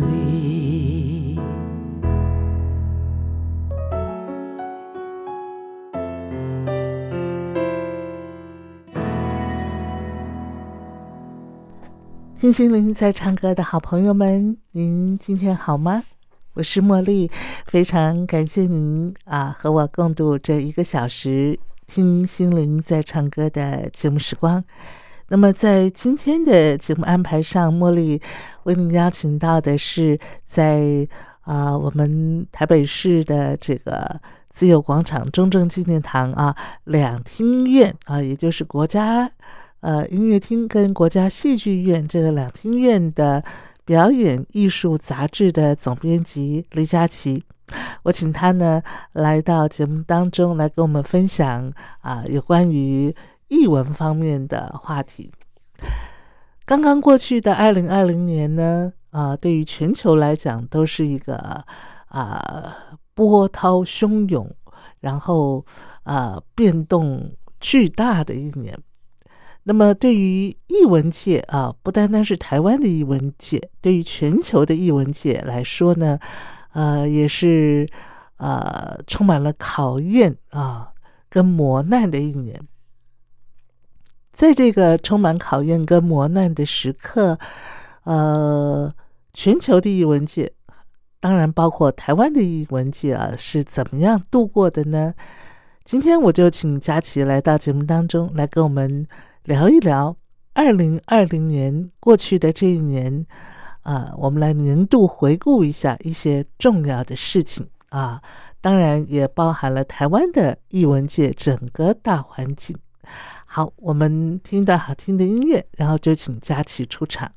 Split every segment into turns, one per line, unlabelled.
离。
听心灵在唱歌的好朋友们，您今天好吗？我是茉莉，非常感谢您啊，和我共度这一个小时听心灵在唱歌的节目时光。那么在今天的节目安排上，茉莉为您邀请到的是在啊、我们台北市的这个自由广场中正纪念堂啊两厅院啊，也就是国家呃音乐厅跟国家戏剧院这个两厅院的表演艺术杂志的总编辑李佳琪。我请他呢来到节目当中来跟我们分享啊、有关于译文方面的话题。刚刚过去的二零二零年呢，啊、对于全球来讲都是一个啊、波涛汹涌，然后啊、变动巨大的一年。那么，对于译文界啊，不单单是台湾的译文界，对于全球的译文界来说呢，呃，也是呃充满了考验啊跟磨难的一年。在这个充满考验跟磨难的时刻，呃，全球的译文界，当然包括台湾的译文界啊，是怎么样度过的呢？今天我就请佳琪来到节目当中，来跟我们聊一聊二零二零年过去的这一年，啊，我们来年度回顾一下一些重要的事情啊，当然也包含了台湾的译文界整个大环境。好，我们听到好听的音乐，然后就请佳琪出场。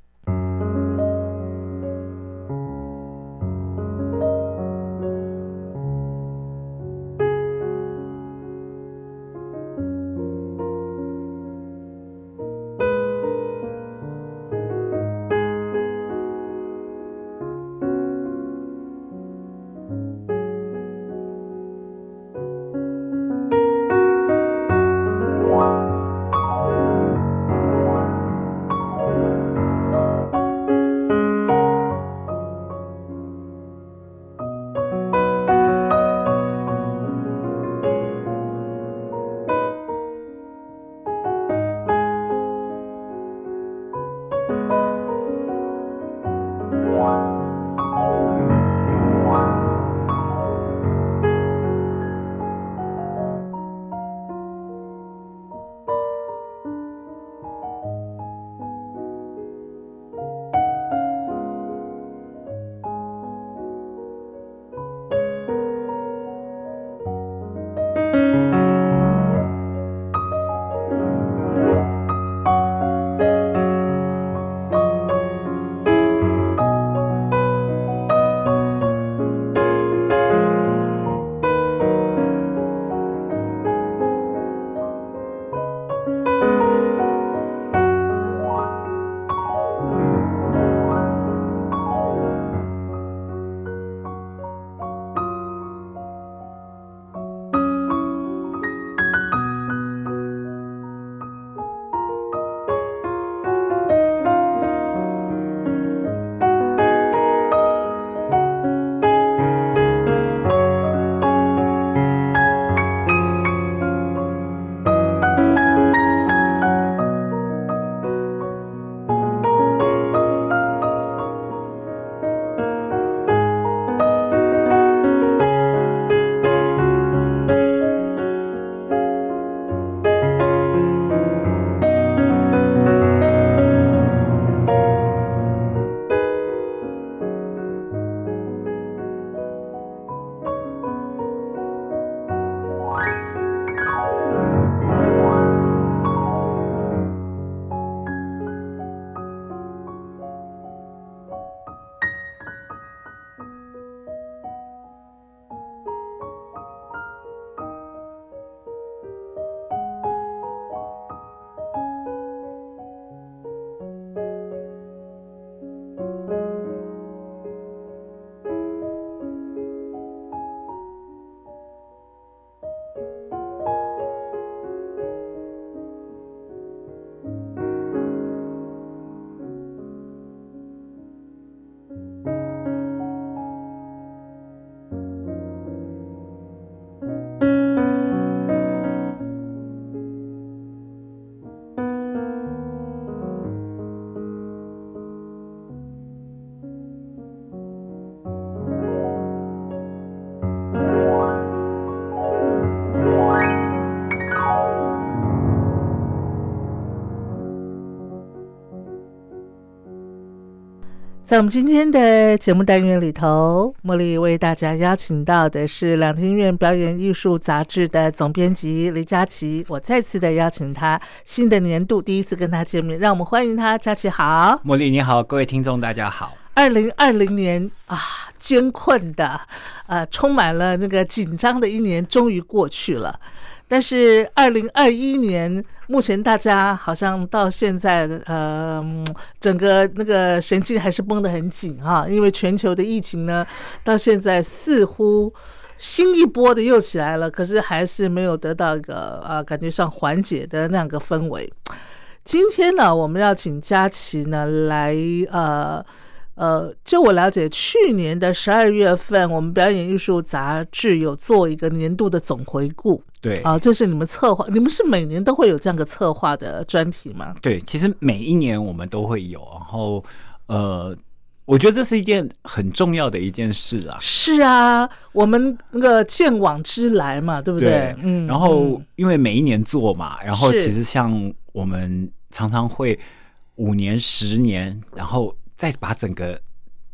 在我们今天的节目单元里头，茉莉为大家邀请到的是两厅院表演艺术杂志的总编辑李佳琪。我再次的邀请他，新的年度第一次跟他见面，让我们欢迎他。佳琪好，
茉莉你好，各位听众大家好。
二零二零年啊，艰困的，呃，充满了那个紧张的一年，终于过去了。但是二零二一年，目前大家好像到现在，呃，嗯整个那个神经还是绷得很紧哈、因为全球的疫情呢，到现在似乎新一波的又起来了，可是还是没有得到一个呃感觉上缓解的那样一个氛围。今天呢，我们要请佳琪呢来呃。呃，就我了解，去年的十二月份，我们表演艺术杂志有做一个年度的总回顾，
对
啊，这是你们策划，你们是每年都会有这样个策划的专题吗？
对，其实每一年我们都会有，然后呃，我觉得这是一件很重要的一件事啊。
是啊，我们那个见往知来嘛，对不嗯，
然后因为每一年做嘛，然后
是
其实像我们常常会五年、十年，然后再把整个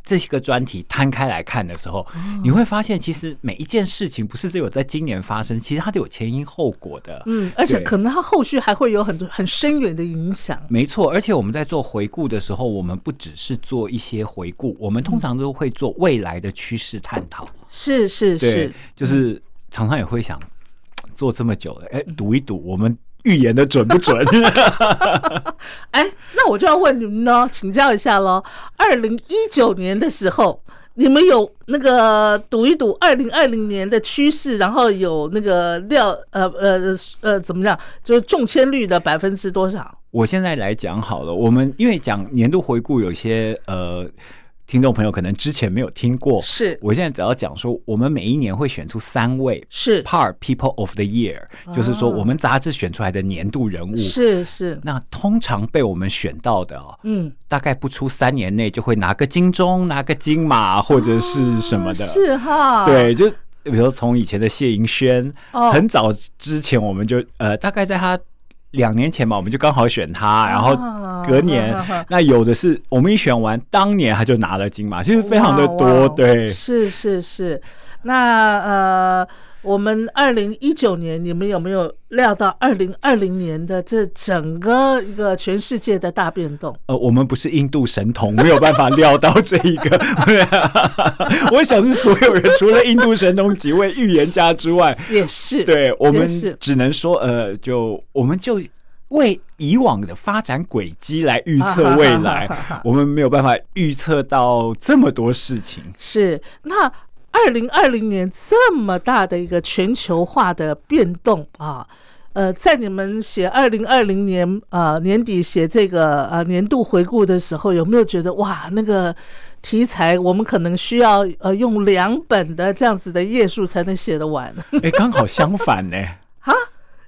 这些个专题摊开来看的时
哦
候，你会发现，其实每一件事情不是只有在今年发生，其实它都有前因后果的。
嗯，而且
对
可能它后续还会有很多很深远的影响。
没错，而且我们在做回顾的时候，我们不只是做一些回顾，我们通常都会做未来的趋势探讨。
是是嗯
对
是，，
就是常常也会想做这么久了，
嗯
哎，赌一赌我们预言的准 不准？
哎，那我就要问你们呢，请教一下喽。二零一九年的时候，你们有那个赌一赌二零二零年的趋势，然后有那个料呃呃呃怎么样，就是中签率的百分之多少？
我现在来讲好了，我们因为讲年度回顾，有些呃听众朋友可能之前没有听过，
是
我现在只要讲说，我们每一年会选出三位。
是哦
Par People of the Year，、就是说我们杂志选出来的年度人物，
是是，
那通常被我们选到的哦，
嗯，
大概不出三年内就会拿个金钟、拿个金马或者是什么的。
哦是哈，
对，就比如说从以前的谢盈萱，
哦
很早之前我们就呃，大概在他两年前吧，我们就刚好选他，
啊
然后 隔年，
哈哈哈
那有的是我们一选完，当年他就拿了金马，其实非常的
哇哇
多，对。
是是是。那呃，我们二零一九年，你们有没有料到二零二零年的这整个一个全世界的大变动？
呃，我们不是印度神童，没有办法料到这一个。 对啊我想是所有人除了印度神童几位预言家之外，
也是，
对我
也
们
是
只能说，呃，就我们就为以往的发展轨迹来预测未来
啊哈哈哈哈，
我们没有办法预测到这么多 事情。
是。那二零二零年这么大的一个全球化的变动啊。呃，在你们写二零二零年呃年底写这个呃年度回顾的时候，有没有觉得哇，那个题材我们可能需要呃用两本的这样子的页数才能写得完？
哎，刚好相反呢，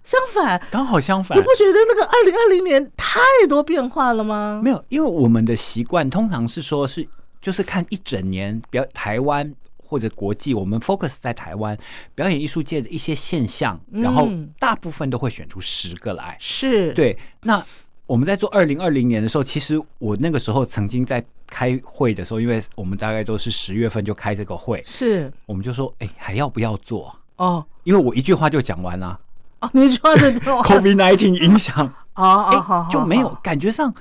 相反，
刚好相反
你不。觉得那个二零二零年太多变化了吗？
没有，因为我们的习惯通常是说是就是看一整年，表台湾。或者国际，我们 focus 在台湾表演艺术界的一些现象，然后
嗯
大部分都会选出十个来。
是，，
对，那我们在做二零二零年的时候，其实我那个时候曾经在开会的时候，因为我们大概都是十月份就开这个会，
是
我们就说，哎、还要不要做？
哦
因为我一句话就讲完了、
哦，你说的 这种
c o v i d nineteen 影响，
哦哦
哎、
好好
就没有
好
感觉上，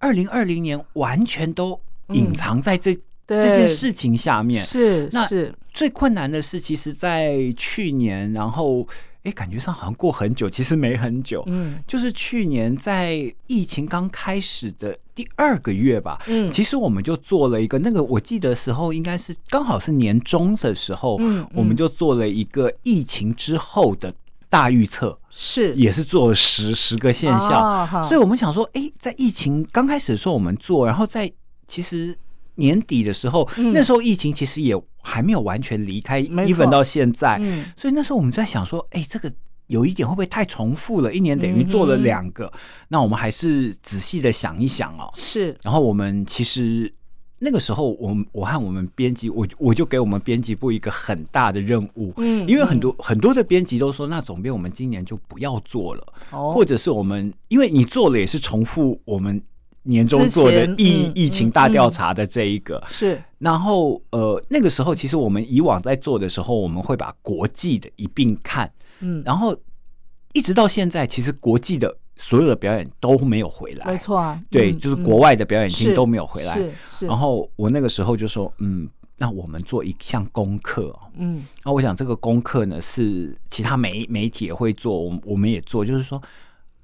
二零二零年完全都隐藏在这、
嗯对
这件事情下面。
是
那
是
最困难的是，其实，在去年，然后哎、感觉上好像过很久，其实没很久。
嗯
就是去年在疫情刚开始的第二个月吧，
嗯
其实我们就做了一个那个，我记得时候应该是刚好是年中的时候，
嗯嗯
我们就做了一个疫情之后的大预测，
是
也是做了十十个现象，
哦好
所以我们想说，哎，在疫情刚开始的时候我们做，然后在其实。年底的时候，
嗯
那时候疫情其实也还没有完全离开
没错
，even 到现在，
嗯
所以那时候我们在想说，哎、这个有一点会不会太重复了？一年
嗯
等于做了两个，那我们还是仔细的想一想哦。
是
然后我们其实那个时候我，我和我们编辑，我我就给我们编辑部一个很大的任务，
嗯
因为很多、很多的编辑都说，那总编我们今年就不要做了，
哦
或者是我们因为你做了也是重复我们年终做的
之前
疫
嗯
疫情大调查的这一个，
是
然后呃那个时候其实我们以往在做的时候，我们会把国际的一并看，
嗯，
然后一直到现在，其实国际的所有的表演都没有回
没
来，
错啊，
对，
嗯
就是
嗯
国外的表演厅
是
都没有回来，
是是，
然后我那个时候就说，嗯，那我们做一项功课哦。
嗯
那我想这个功课呢是其他媒媒体也会做，我们我们也做，就是说，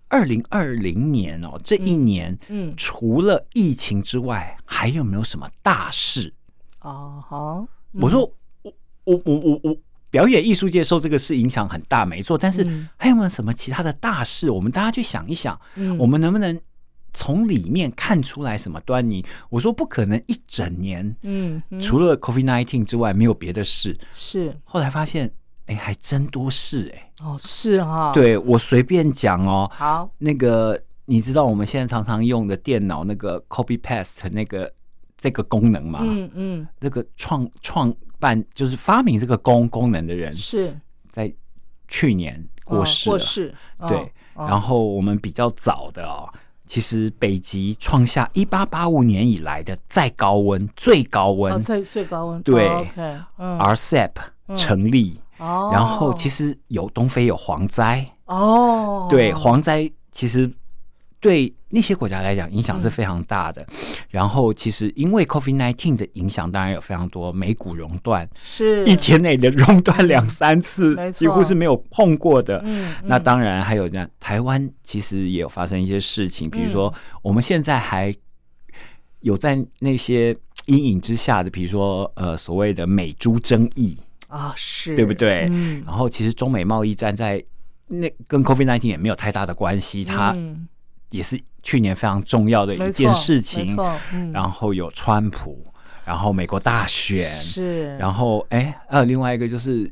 二零二零年哦，这一年，
嗯
除了疫情之外，还有没有什么大事？
哦好，
我说，
嗯
我我我我我。表演艺术界受这个事影响很大，没错。但是
嗯
还有没有什么其他的大事？我们大家去想一想，
嗯
我们能不能从里面看出来什么端倪？我说不可能一整年
嗯嗯
除了 COVID nineteen 之外，没有别的事。
是
后来发现，哎、还真多事哎、
哦是哈，，
对我随便讲哦，
好
那个你知道我们现在常常用的电脑那个 copy paste 那个这个功能吗？
嗯嗯
那个创创办就是发明这个功功能的人，
是
在去年过
哦
世了。
过世
对，
哦
然后我们比较早的哦，其实北极创下一八八五年以来的再高温、最高温、
哦最最高温
对
哦，OK，嗯
RCEP 成立，
哦，
然后其
实
实有东非有蝗灾，
哦
对蝗灾其实对那些国家来讲影响
嗯
是非常大的。然后其实因为 COVID nineteen 的影响，当然有非常多美股熔断，
是
一天内的熔断两三次
没，错
几乎是没有碰过的。
嗯
那
嗯
当然还有呢，台湾其实也有发生一些事
嗯
情，比如说我们现在还有在那些阴影之下的，比如说呃所谓的美猪争议，
啊是
对不对？
嗯
然后其实中美贸易战在那跟 COVID nineteen 也没有太大的关系，它
嗯
也是去年非常重要的
没
一件
错
事
没
情。
错嗯
然后有川普，然后美国大选，
是
然后哎，还有另外一个就是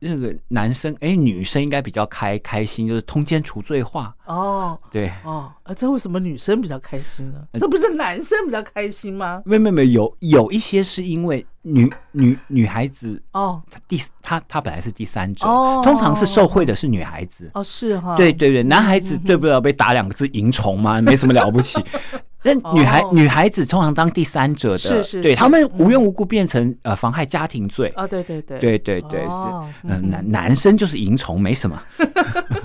那个男生哎，女生应该比较开开心，就是通奸除罪化，
哦
对。
哦，啊，这为什么女生比较开心呢？
呃
这不是男生比较开心吗？
没有没有没有有有一些是因为女女女孩子，
哦
她第她她本来是第三者，
哦
通常是受贿的是女孩子，
哦，嗯是哈，
对对对，男孩子对不了被打两个字“蝇虫”嘛， 没什么了 不起。那女孩
哦
女孩子通常当第三者的，
是是
对
是嗯
他们无缘无故变成呃妨害家庭罪。
啊，对对对，
对对对，
哦
是嗯，男男生就是蝇虫，没什么。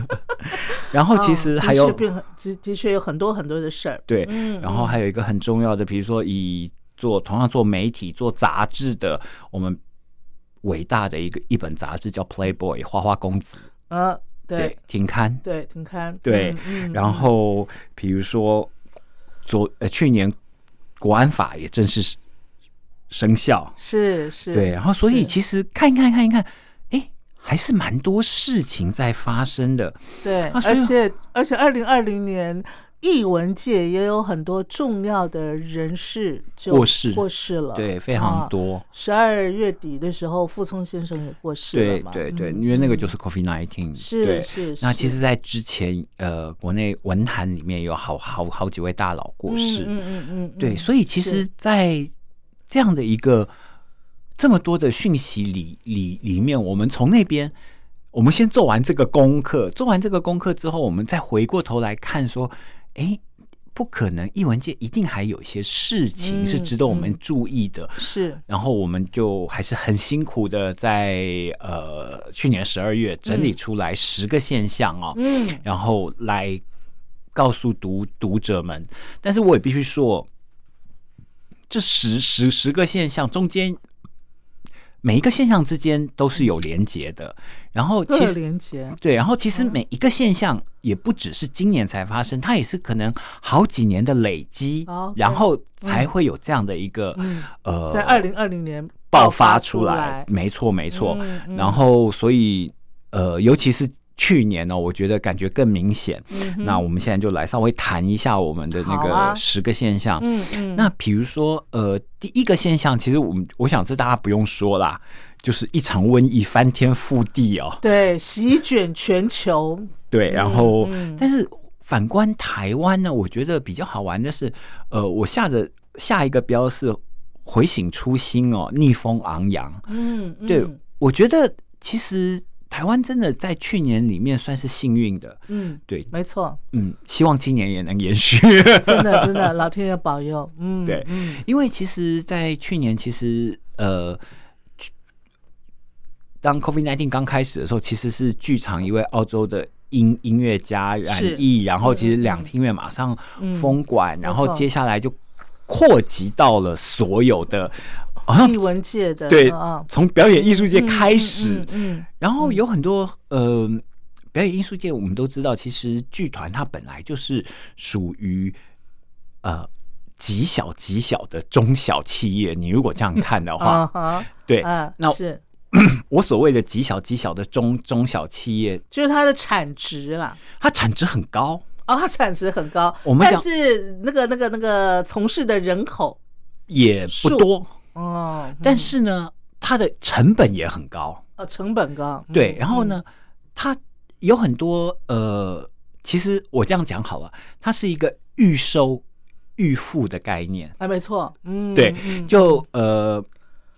然后
哦
其实
的
还
确
有
变很的的确有很多很多的事儿，
对，
嗯
然后还有一个很重要的，比如说以做同样做媒体、做杂志的，我们伟大的一个一本杂志叫《Playboy》花花公子，
呃，对，
停刊。
对，你看，
对
嗯，嗯
然后比如说昨呃去年国安法也正式生效，
是是，
对，然后所以
是
其实看一看看一看，哎，还是蛮多事情在发生的，
对，
啊所以
而且而且，二零二零年艺文界也有很多重要的人士就
过世
过世了，啊
对，非
哦
常。多，
十二、12月底的时候，傅聪先生也过世了
对
嘛？
对对，
嗯
因为那个
嗯
就是 COVID nineteen，
是
对
是
那
是
其实，在之前呃，国内文坛里面有好好好几位大佬过世，
嗯嗯嗯嗯，
对，所以其实，在这样的一个这么多的讯息里里里面，我们从那边，我们先做完这个功课，做完这个功课之后，我们再回过头来看说，哎，不可能，艺文界一定还有一些事情是
嗯
值得我们
嗯
注意的。
是
然后我们就还是很辛苦的在呃去年十二月整理出来十个现象哦，
嗯
然后来告诉读读者们。但是我也必须说，这十十十个现象中间，每一个现象之间都是有连结的。然后
各
其实
连结，
对，然后其实每一个现象也不只是今年才发生，它也是可能好几年的累积
哦，对
然后才会有这样的一个
嗯
呃，
在二零二零年
爆
发
发出来
来，，
没错没错。
嗯嗯
然后所以呃，尤其是去年呢、我觉得感觉更明显。
嗯哼
那我们现在就来稍微谈一下我们的那
好啊
个十个现象。
嗯嗯，
那比如说呃，第一个现象，其实我们我想这大家不用说啦，就是一场瘟疫翻天覆地哦。
对席卷全球，
对，然后、
嗯
但是反观台湾呢，我觉得比较好玩的是，呃，我下的下一个标是回醒初心哦，逆风昂扬。
嗯，
对
嗯，
我觉得其实台湾真的在去年里面算是幸运的，
嗯，
对，
没错，
嗯，希望今年也能延续。
真的真的，老天爷保佑，嗯，
对
嗯
因为其实，在去年，其实呃，去当 COVID 1 9刚开始的时候，其实是剧场一位澳洲的音音乐家染
是嗯
疫，然后其实两厅院马上封馆，然后
没错
接下来就扩及到了所有的，好像
艺文界的
对
啊，，
从表演艺术界
嗯
开始，
嗯嗯
然后有很多呃，表演艺术界我们都知道，其实剧团它本来就是属于呃极小极小的中小企业。你如果这样看的
嗯
话，
啊哈，
对，
啊，
那
是
我所谓的极小极小的中中小企业，
就是它的产值啦，
它产值很高，
哦，它产值很高，
我们
但
讲
是那个那个那个从事的人口
也不
数
多，
哦，
但是呢，它的成本也很高。
哦成本高，嗯
对，然后呢，它有很多呃，其实我这样讲好了，它是一个预收预付的概念。
哎，没错，嗯，
对
嗯，
就呃，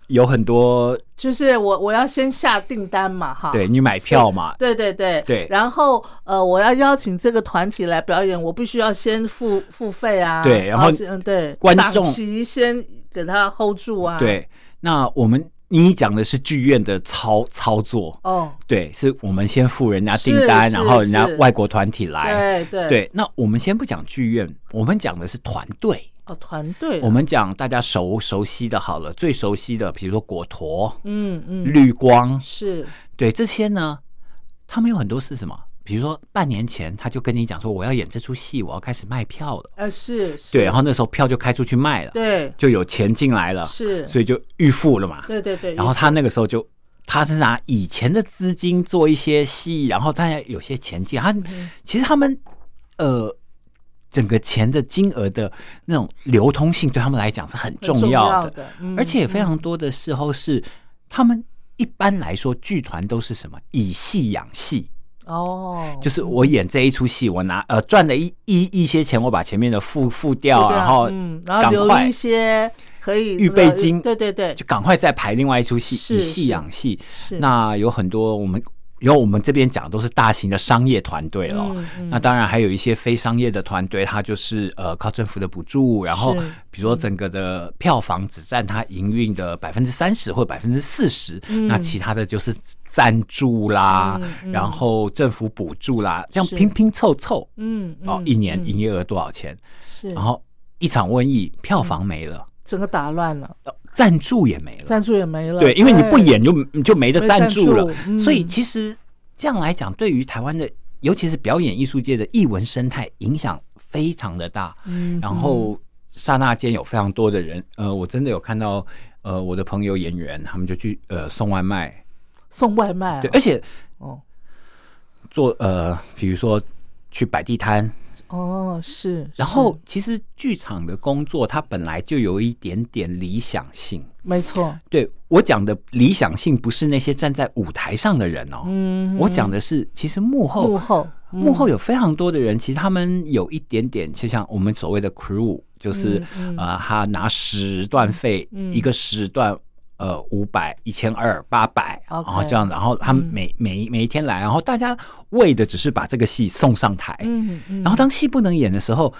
有很多
就是我我要先下订单嘛，哈，
对你买票嘛，
对对对
对
然后呃，我要邀请这个团体来表演，我必须要先付付费啊，
对然后
是嗯对，
观众
档期先给他 hold 住啊，，
对。那我们你讲的是剧院的操操作，
哦，
对，是我们先付人家
是
订单，然
是
后人家
是
外国团体来。
对对，
对，那我们先不讲剧院，我们讲的是团队。
哦，团队啊，
我们讲大家熟熟悉的好了，最熟悉的，比如说果陀、
嗯嗯
绿光，
是
对这些呢，他们有很多是什么？比如说半年前他就跟你讲说我要演这出戏，我要开始卖票了。
呃是，是
对，然后那时候票就开出去卖了，
对
就有钱进来了，
是，
所以就预付了嘛。
对对对，
然后他那个时候就，他是拿以前的资金做一些戏，然后大家有些钱进，他其实他们呃。整个钱的金额的那种流通性，对他们来讲是很
很重
重要的，
的，嗯
而且非常多的时候是，他们一般来说剧团都是什么以戏养戏，
哦，
就是我演这一出戏，我拿呃赚了一一一些钱，我把前面的付付掉，
对啊
然后
嗯，然后
赶
留
快
一些可以
预备金
对对对，
就赶快再排另外一出戏，
是
以戏养戏。
是
那有很多我们。有我们这边讲都是大型的商业团队了哦、
嗯嗯
那当然还有一些非商业的团队，它就是呃靠政府的补助，然后
是嗯
比如说整个的票房只占它营运的百分之三十或百分之四十，
嗯
那其他的就是赞助啦、然后政府补助啦，这样
是
拼拼凑凑
嗯
哦，
嗯
一年营业额多少钱？
是，
然后一场瘟疫，票房没了，
整个打乱了，
呃赞助也没了，
赞助也没了，
对，因为你不演就你就没得赞助了
没赞助。嗯
所以其实这样来讲，对于台湾的，尤其是表演艺术界的艺文生态影响非常的大。
嗯，
然后刹那间有非常多的人，呃，我真的有看到，呃，我的朋友演员他们就去呃送外卖，
送外卖啊，
对，而且
哦
做呃，比如说去摆地摊，
哦是，
然
是
后其实剧场的工作它本来就有一点点理想性。
没错，
对我讲的理想性，不是那些站在舞台上的人哦，
嗯，
我讲的是，其实幕后
幕后嗯
幕后有非常多的人，其实他们有一点点，就像我们所谓的 crew，就是、
嗯
呃，他拿时段费，一个时段。呃，五百、一千二、八百，然
OK 嗯
后这样，然后他们每、每每一天来，然后大家为的只是把这个戏送上台，
嗯嗯
哎然后当戏不能演的时候，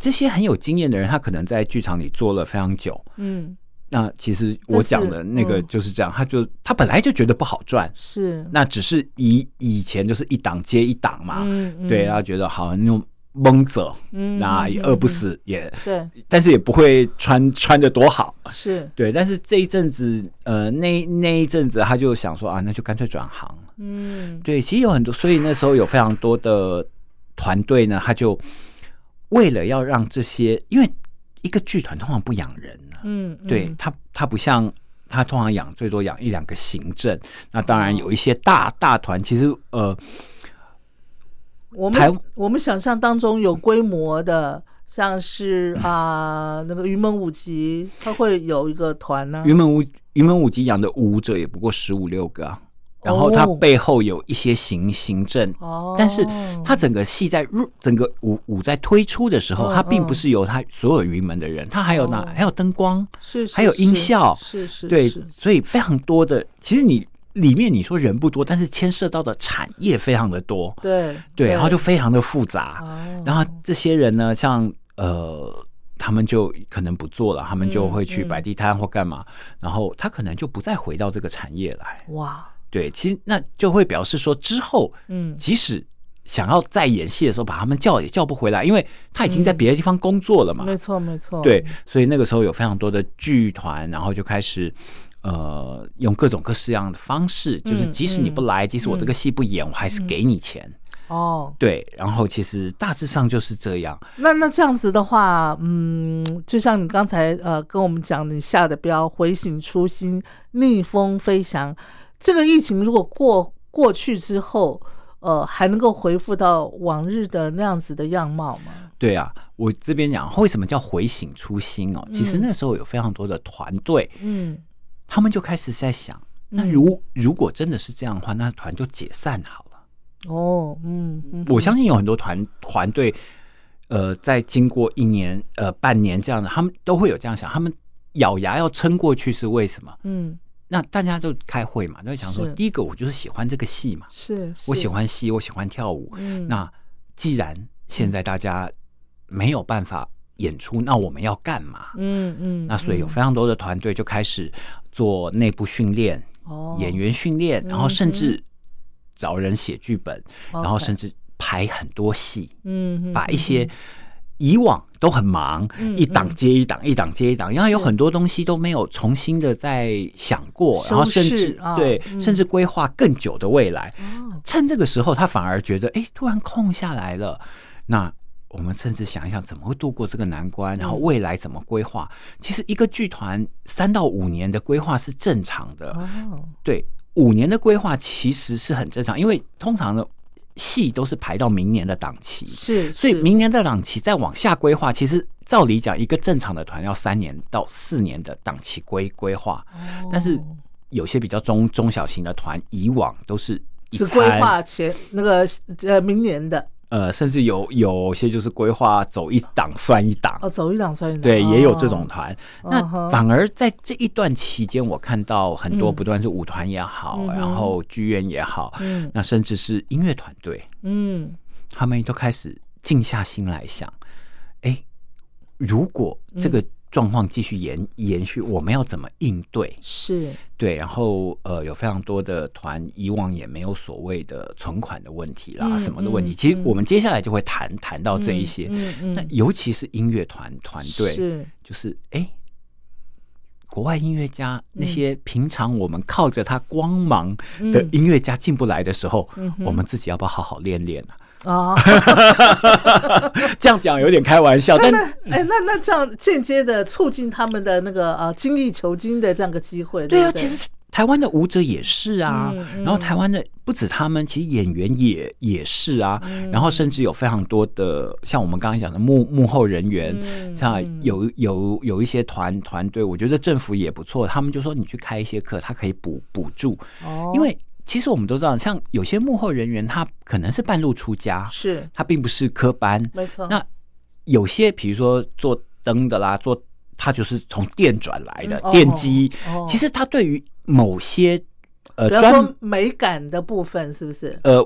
这些很有经验的人，他可能在剧场里做了非常久。
嗯
那其实我讲的那个
嗯
就是这样，他就他本来就觉得不好赚，
是
那只是以以前就是一档接一档嘛，
嗯
对，然后觉得好那种蒙着，
嗯
那也饿不死，也
对
但是也不会穿穿的多好，
是
对。但是这一阵子，呃，那那一阵子他就想说啊，那就干脆转行。
嗯
对，其实有很多，所以那时候有非常多的团队呢，他就为了要让这些，因为一个剧团通常不养人呢、
嗯嗯
对他，他不像他通常养最多养一两个行政，那当
哦
然有一些大大团，其实呃，
我
台
们我们想象当中有规模的，像是啊、那个云门舞集，它会有一个团呢、
云门舞云门舞集养的舞者也不过十五六个、啊，然后他
哦
背后有一些行行政。
哦，
但是他整个戏在入整个舞舞在推出的时候，
嗯
他并
嗯
不是由他所有云门的人，他还有
哦
哪还有灯光，
是是
还有音
是
效
是是
对
是，
所以非常多的。其实你里面你说人不多，但是牵涉到的产业非常的多，
对
对，然后就非常的复杂。
哦
然后这些人呢，像呃，他们就可能不做了，他们就会去
嗯嗯
摆地摊或干嘛，然后他可能就不再回到这个产业来。
哇，
对，其实那就会表示说，之后
嗯
即使想要再演戏的时候，把他们叫也叫不回来，因为他已经
嗯
在别的地方工作了嘛。
没错没错，
对，所以那个时候有非常多的剧团，然后就开始。呃，用各种各式样的方式，就是
嗯
即使你不
嗯
来，即使我这个戏不演，我还是给你钱。
哦，
对，然后其实大致上就是这样。
那那这样子的话，嗯，就像你刚才呃跟我们讲，你下的标“回醒初心，逆风飞翔”，这个疫情如果过过去之后，呃，还能够恢复到往日的那样子的样貌吗？
对啊，我这边讲为什么叫回醒初心哦？其实
嗯
那时候有非常多的团队，
嗯，
他们就开始在想，那
嗯
如如果真的是这样的话，那团就解散好了。
哦，嗯，嗯
我相信有很多团团队，呃，在经过一年、呃半年这样的，他们都会有这样想，他们咬牙要撑过去是为什么？
嗯
那大家就开会嘛，就在想说，
是
第一个我就是喜欢这个戏嘛，
是，是
我喜，欢戏，我喜欢跳舞，
嗯，
那既然现在大家没有办法演出，那我们要干嘛？
嗯嗯，
那所以有
嗯
非常多的团队就开始做内部训练、
哦
演，员训练，
嗯
然后甚至找人写剧本，然后
OK
甚至排很多戏，
嗯，嗯
把一些以往都很忙，
嗯
一档接一档，一档接一档，然后有很多东西都没有重新的在想过，
修
然后甚至
饰、啊
对，
嗯
甚至规划更久的未来。
哦
趁这个时候，他反而觉得，哎，突然空下来了。那我们甚至想一想，怎么会度过这个难
嗯
关，然后未来怎么规划？其实一个剧团三到五年的规划是正常的，
哦，
对，五年的规划其实是很正常，因为通常的戏都是排到明年的档期，
是，
所以
是
明年的档期再往下规划，其实照理讲，一个正常的团要三年到四年的档期规规划，但是
哦
有些比较中中小型的团，以往都是一
只规
餐
划前那个呃明年的
呃，甚至有有些就是规划走一档算一档，
哦，走一档算一档，
对，也有这
哦
种团。
嗯哼
那反而在这一段期间，我看到很多，
嗯
不断是舞团也好，
嗯哼
然后剧院也好，
嗯
那甚至是音乐团队，
嗯
他们都开始静下心来想，哎，如果这
嗯
个状况继续延延续，我们要怎么应对？
是
对，然后呃，有非常多的团以往也没有所谓的存款的问题啦，
嗯
什么的问题。
嗯
其实
嗯
我们接下来就会谈谈到哦这一
嗯
些。
嗯嗯，
那尤其是音乐团团队，
是
就是哎，国外音乐家
嗯
那些平常我们靠着他光芒的
嗯
音乐家进不来的时候，
嗯哼
我们自己要不要好好练练啊？
啊，
这样讲有点开玩笑，但
哎，那那这样间接的促进他们的那个呃精益求精的这样个机会，
对啊，
不
其实台湾的舞者也是啊，
嗯嗯
然后台湾的不止他们，其实演员也也是啊，
嗯
然后甚至有非常多的像我们刚刚讲的幕幕后人员，
嗯
像
嗯
有有有一些团团队，我觉得政府也不错，他们就说你去开一些课，他可以补补助，
哦，
因为其实我们都知道，像有些幕后人员他可能是半路出家，
是
他并不是科班，
没错，
那有些比如说做灯的啦，做他就是从电转来的、
嗯哦
电机，
哦
其实他对于某些呃
比方
专
说美感的部分是不是？
呃。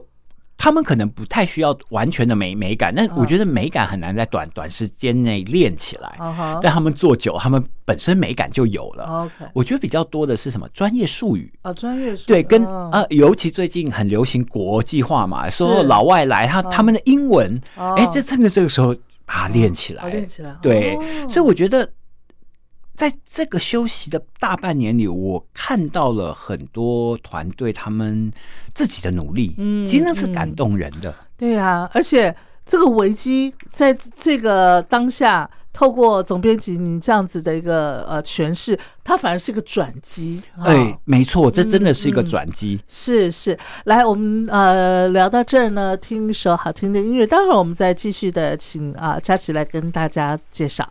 他们可能不太需要完全的美美感，但
嗯
我觉得美感很难在短短时间内练起来。
啊哈
但他们做久，他们本身美感就有了。
，OK，
我觉得比较多的是什么专业术语，
啊，专业术
对，跟
哦
呃，尤其最近很流行国际化嘛，
是嗯
说老外来，他他们的英文，
哦
哎，这趁着这个时候把它练起
哦
来，
练起来，
对
哦，
所以我觉得，在这个休息的大半年里，我看到了很多团队他们自己的努力，
嗯
其实那是感
嗯
动人的，
对呀，而且这个危机在这个当下，透过总编辑你这样子的一个呃诠释，它反而是个转机。啊
哎、没错，这真的是一个
嗯嗯
转机。
是是，来，我们呃聊到这儿呢，听一首好听的音乐，待会儿我们再继续的请啊佳琪来跟大家介绍。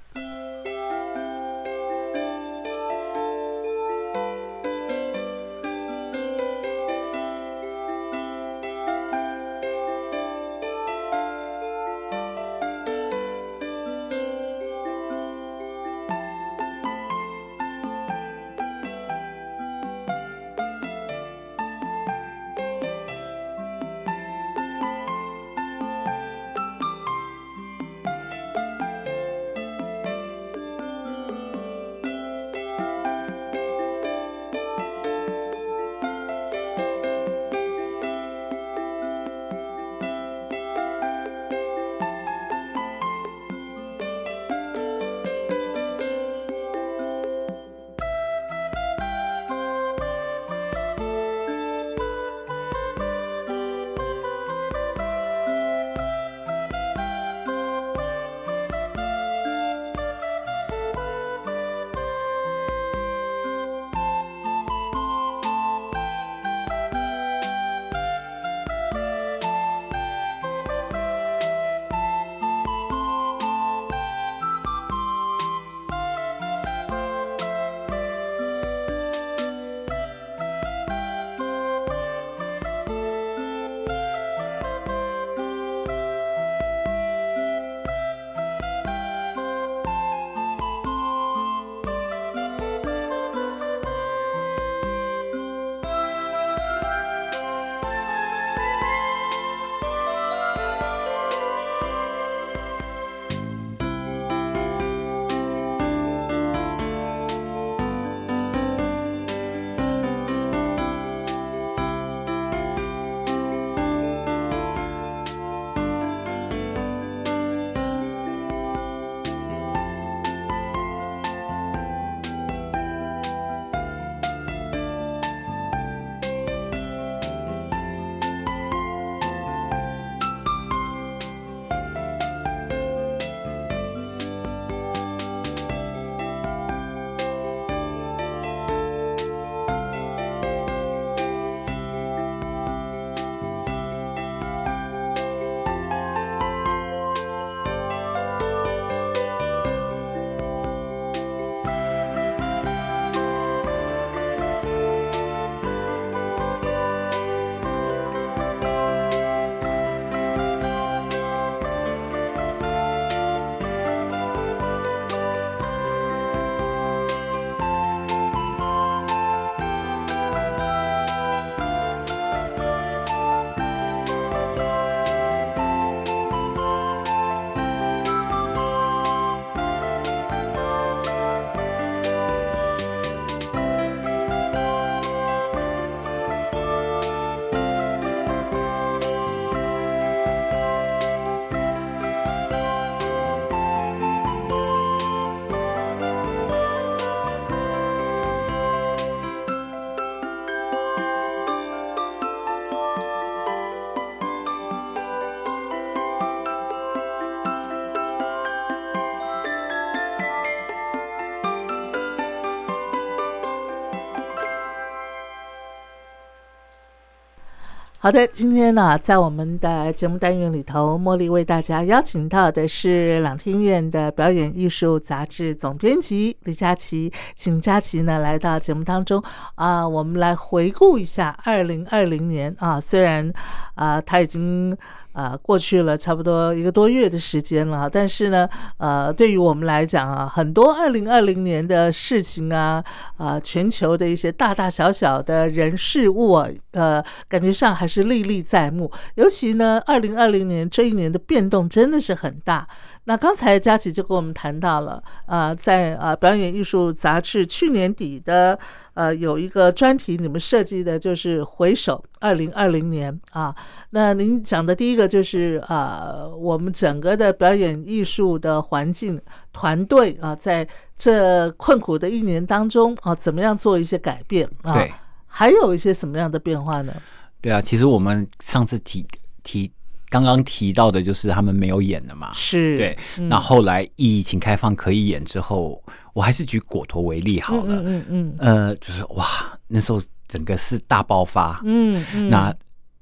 好的，今天呢、在我们的节目单元里头，茉莉为大家邀请到的是朗听院的表演艺术杂志总编辑李佳琪，请佳琪呢来到节目当中啊、我们来回顾一下二零二零年啊，虽然啊、他已经。啊，过去了差不多一个多月的时间了，但是呢，呃，对于我们来讲啊，很多二零二零年的事情啊，啊，全球的一些大大小小的人事物、啊，呃，感觉上还是历历在目。尤其呢，二零二零年这一年的变动真的是很大。那刚才佳琪就跟我们谈到了，啊、在啊、表演艺术杂志去年底的呃有一个专题，你们设计的就是回首二零二零年啊。那您讲的第一个就是啊、我们整个的表演艺术的环境团队啊、在这困苦的一年当中啊、怎么样做一些改变啊？
对，
还有一些什么样的变化呢？
对啊，其实我们上次提提刚刚提到的就是他们没有演的嘛，
是，嗯
啊对，那后来疫情开放可以演之后，我还是举果陀为例好了，
嗯嗯嗯
呃，就是哇，那时候整个是大爆发，
嗯嗯，
那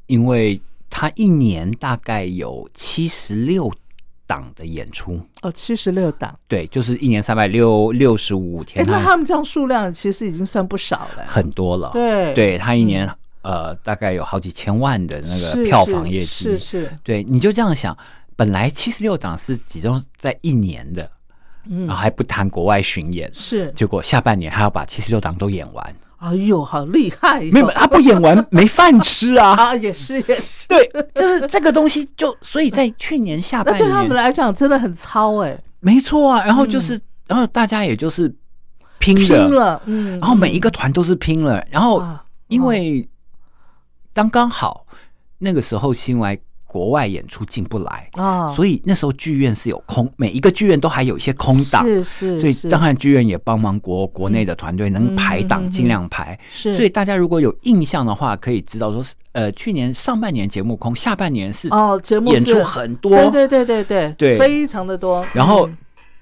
因为他一年大概有七十六档的演出，
哦，七十六档，
对，就是一年三百六六十五
哎，
天，
那
他
他们这样数量其实已经算不少了，
很多了，
对
对他一年呃大概有好几千万的那
是
个票房业绩，
是是是，
对，你就这样想，本来七十六档是集中在一年的，
嗯
然后还不谈国外巡演，
是，
结果下半年还要把七十六档都演 完，
哎呦，好厉害哟、
没有他不演完没饭 吃啊。
啊，也是也是，
对，就是这个东西就，所以在去年下半
那对他们
年，
来讲真的很糙哎、
没错啊，然后就是，然后大家也就是拼
嗯拼
了，
了，嗯，
然后每一个团都是拼了，然后
啊
因为刚刚好那个时候新来国外演出进不来，
啊，
所以那时候剧院是有空，每一个剧院都还有一些空档，
是是，
所以
是
当然剧院也帮忙国国内的团队能排
嗯嗯嗯
档
嗯
尽量排。
是，
所以大家如果有印象的话，可以知道说，呃，去年上半年节目空，下半年是
哦，节目
演
是
出很多，
对对对对
对
非常的多，
然后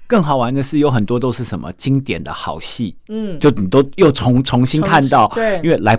更好玩的是，有很多都是什么经典的好戏，
嗯，
就你都又重重新看到，
重新对
因为来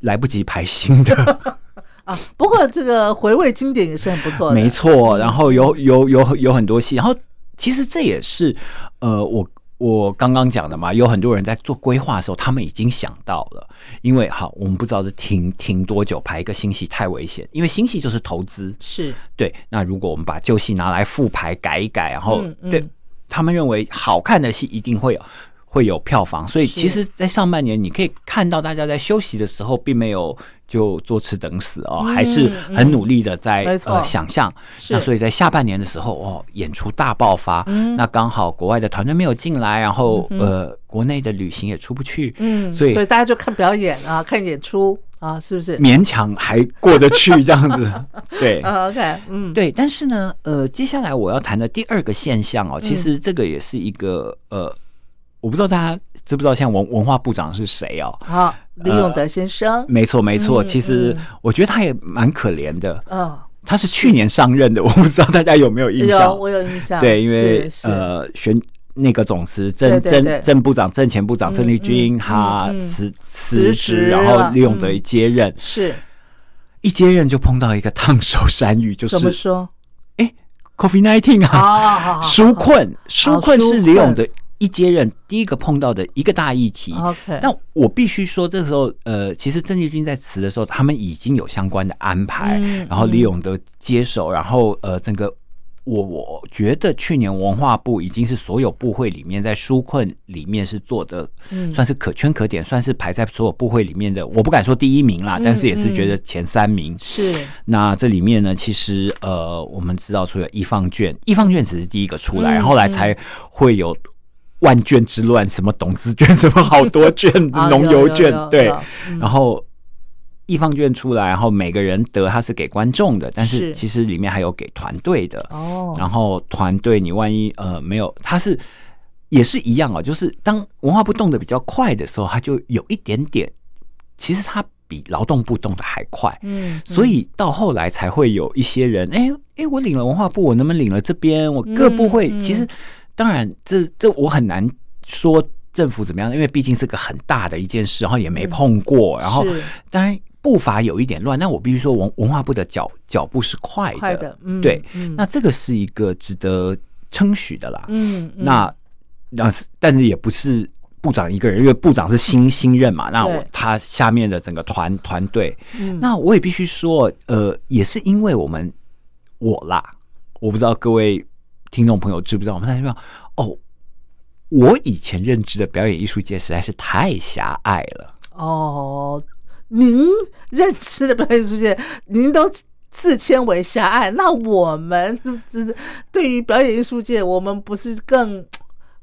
来不及排新的，
啊，不过这个回味经典也是很不错的，嗯
没，错。然后有有有有很多戏，然后其实这也是呃我。我刚刚讲的嘛，有很多人在做规划的时候，他们已经想到了，因为好，我们不知道是停停多久排一个新戏太危险，因为新戏就是投资，
是
对。那如果我们把旧戏拿来复排改一改，然后、
嗯嗯
对他们认为好看的戏一定会有会有票房，所以
是
其实，在上半年你可以看到大家在休息的时候，并没有就坐吃等死哦，
嗯
还是很努力的在、
嗯没错
呃想象。
是，
那所以在下半年的时候，哦，演出大爆发，
嗯
那刚好国外的团队没有进来，然后、
嗯哼
呃，国内的旅行也出不去，
嗯，
所以
大家就看表演啊，看演出啊，是不是？
勉强还过得去这样 子，对。
啊，OK，嗯，
对，但是呢，呃，接下来我要谈的第二个现象哦，其
嗯
实这个也是一个、呃，我不知道大家知不知道，现在文文化部长是谁哦？
好，李永德先生，
呃没错，没错，
嗯
其实
嗯
我觉得他也蛮可怜的，
嗯，
他是去年上任的，我 不知道大家有没有印象？
有我有印象，
对，因为
是是
呃选。那个总辞，
对
郑
对对
郑郑部长、郑前部长
嗯
郑丽君，
嗯
他
嗯嗯
辞
辞
辞
职
职，然后
了
李永德
嗯
一接任，
是
一接任就碰到一个烫手山芋，就
怎么
是
说？
COVID nineteen
好
啊，
好好好
纾困，纾困
啊纾
是
困
李永德一接任第一个碰到的一个大议题。
，OK，
那我必须说，这个时候，呃，其实郑丽君在辞的时候，他们已经有相关的安排，
嗯
然后
嗯
李永德接手，然后呃，整个我我觉得去年文化部已经是所有部会里面在纾困里面是做的，
嗯
算是可圈可点，算是排在所有部会里面的，我不敢说第一名啦，
嗯
但是也是觉得前三名。
是
那这里面呢，其实呃，我们知道除了易放券，易放券只是第一个出来，
嗯
然后来才会有万卷之乱，什么董子卷，什么好多卷、
啊
农
有
油
有
券
有，
对
有，嗯
然后。易放券出来，然后每个人得，它是给观众的，但
是
是其实里面还有给团队的。
哦，
然后团队，你万一呃没有，它是也是一样哦，就是当文化部动得比较快的时候，它就有一点点，其实它比劳动部动得还快。
嗯，
所以到后来才会有一些人，哎、哎、我领了文化部，我能不能领了这边？我各部会、
嗯嗯
其实，当然这这我很难说政府怎么样，因为毕竟是个很大的一件事，然后也没碰过，然后
嗯是
当然步伐有一点乱，那我必须说文文化部的脚脚步是快的，
快的，嗯，
对，
嗯
那这个是一个值得称许的啦。
嗯，嗯
那那是但是也不是部长一个人，因为部长是新新任嘛，那我
对
他下面的整个团团队，
嗯
那我也必须说，呃，也是因为我们我啦，我不知道各位听众朋友知不知道，我们在说哦，我以前认知的表演艺术界实在是太狭隘了。
哦，您认识的表演艺术界，您都自谦为狭隘，那我们只对于表演艺术界，我们不是更，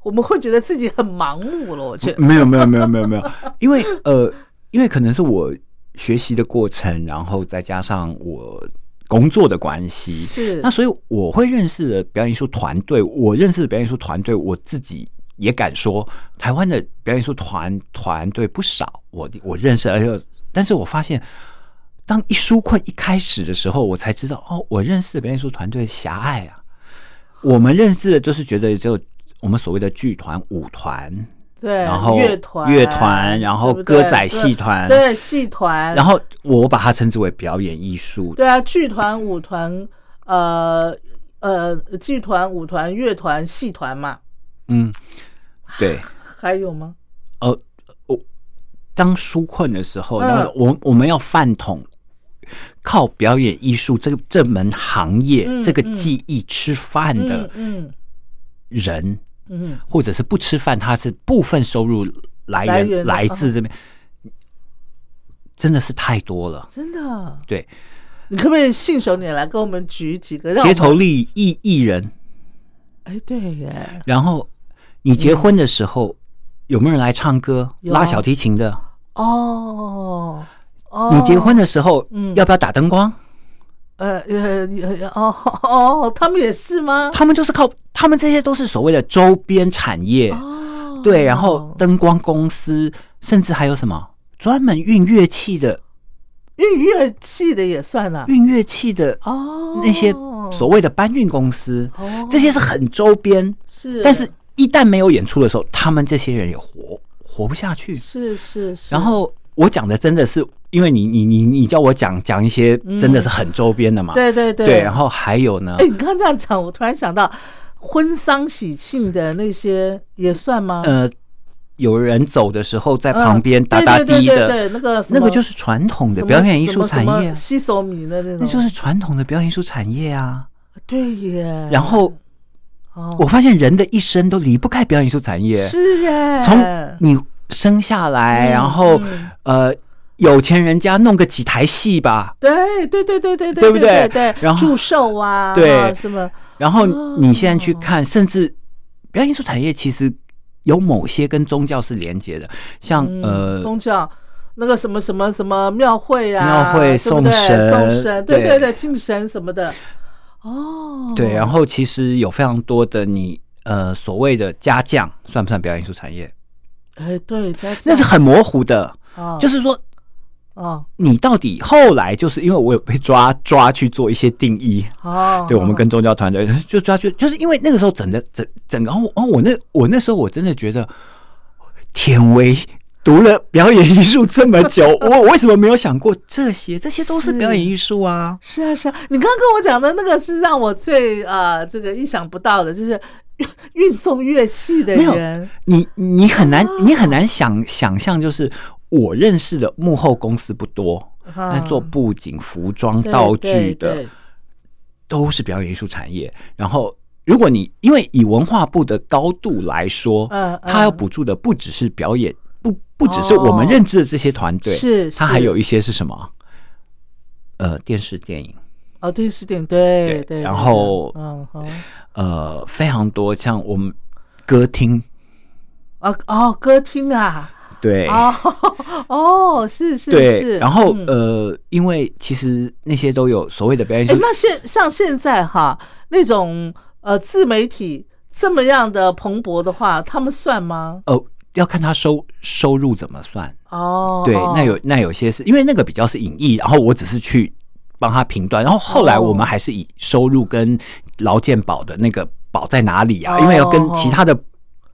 我们会觉得自己很盲目了？我觉得，
没有没有没有没有没有，因为呃，因为可能是我学习的过程，然后再加上我工作的关系，
是
那所以我会认识的表演艺术团队，我认识的表演艺术团队，我自己也敢说，台湾的表演艺术团团队不少，我我认识，而且但是我发现。当一纾困一开始的时候，我才知道哦，我认识的表演艺术团队狭隘啊。我们认识的就是觉得只有我们所谓的剧团、舞团，
对，
然后
乐团、
乐团然后
对不对
歌仔戏团
对戏团，
然后我把它称之为表演艺术。
对啊，剧团、舞团，呃呃，剧团、舞团、乐团、戏团嘛，
嗯，对。
还有吗？
呃，我当纾困的时候，
嗯
然后我我们要饭桶，靠表演艺术这个这门行业、
嗯
这个
嗯
技艺吃饭的
嗯
人，
嗯嗯，
或者是不吃饭，他是部分收入来源
来源的嗯
自这边，真的是太多了。
真的啊，
对，
你可不可以信手拈来跟我们举几个？让我
街
们
头艺艺艺人，
哎，对耶，
然后你结婚的时候、有没有人来唱歌、
嗯有啊
拉小提琴的？
哦哦，
你结婚的时候、
嗯
要不要打灯光？
呃呃呃哦 哦，他们也是吗？
他们就是靠他们这些都是所谓的周边产业，
哦，
对，然后灯光公司，甚至还有什么专门运乐器的
运乐器的也算了，
运乐器的
哦，
那些所谓的搬运公司，
哦
这些是很周边，
是，
但是一旦没有演出的时候，他们这些人也活活不下去。
是是是，
然后我讲的真的是，因为你你你你叫我讲讲一些真的是很周边的嘛，
嗯对对对，
然后还有呢
哎，，你刚刚这样讲，我突然想到，婚丧喜庆的那些也算吗？
呃，有人走的时候在
嗯，
旁边
对
哒哒
对
滴
对对
的。
对那个什
那个
么
就是传统的
什么
表演艺术产
什
业
么
啊，
吸手米的那种，
那就是传统的表演艺术产业啊。
对耶。
然后
哦
我发现人的一生都离不开表演艺术产业，
是耶，
从你生下来，
嗯
然后
嗯
呃，有钱人家弄个几台戏吧，
对对对对对
对
对
不
对
对
对，
然后
祝寿啊，
对
啊什么
然后
哦
你现在去看，甚至表演艺术产业其实有某些跟宗教是连接的，像
嗯
呃，
宗教。那个什么什么什么庙会啊，
庙
对不对
会送神
送神，对
对
对对，敬神什么的，哦，
对，然后其实有非常多的你呃所谓的家将，算不算表演艺术产业？
哎，对，家教
那是很模糊的，
哦
就是说
哦
你到底后来就是因为我有被抓抓去做一些定义，
哦，
对我们跟宗教团队 就抓去，就是因为那个时候整的整整个哦哦，我那我那时候我真的觉得天威。读了表演艺术这么 久，我我为什么没有想过这些？这些都是
是
表演艺术啊！
是啊，是啊，你刚刚跟我讲的那个是让我最呃这个意想不到的，就是 运运送乐器的
没有
人，
你你很
啊
难，你很难想想象，就是我认识的幕后公司不多，但做
嗯
布景、服装、
对
道
对
具的，
对
都是表演艺术产业。然后，如果你因为以文化部的高度来说，
嗯嗯
他要补助的不只是表演，不不只是我们认知的这些团队，
是
他
是
还有一些是什么？呃，电视、电影，
哦，对，是点对
对
对，
然
对
后
嗯哼，
呃，非常多，像我们歌厅，
啊哦，歌厅啊，
对，
哦哦，是是
对，
是，
然后、
嗯
呃，因为其实那些都有所谓的表演艺
哎、
术，
那现像现在哈那种呃自媒体这么样的蓬勃的话，他们算吗？
呃，要看他收收入怎么算。
哦，
对，
哦
那有那有些是因为那个比较是隐逸，然后我只是去帮他评断，然后后来
哦
我们还是以收入跟劳健保的那个保在哪里啊，
哦
因为要跟其他的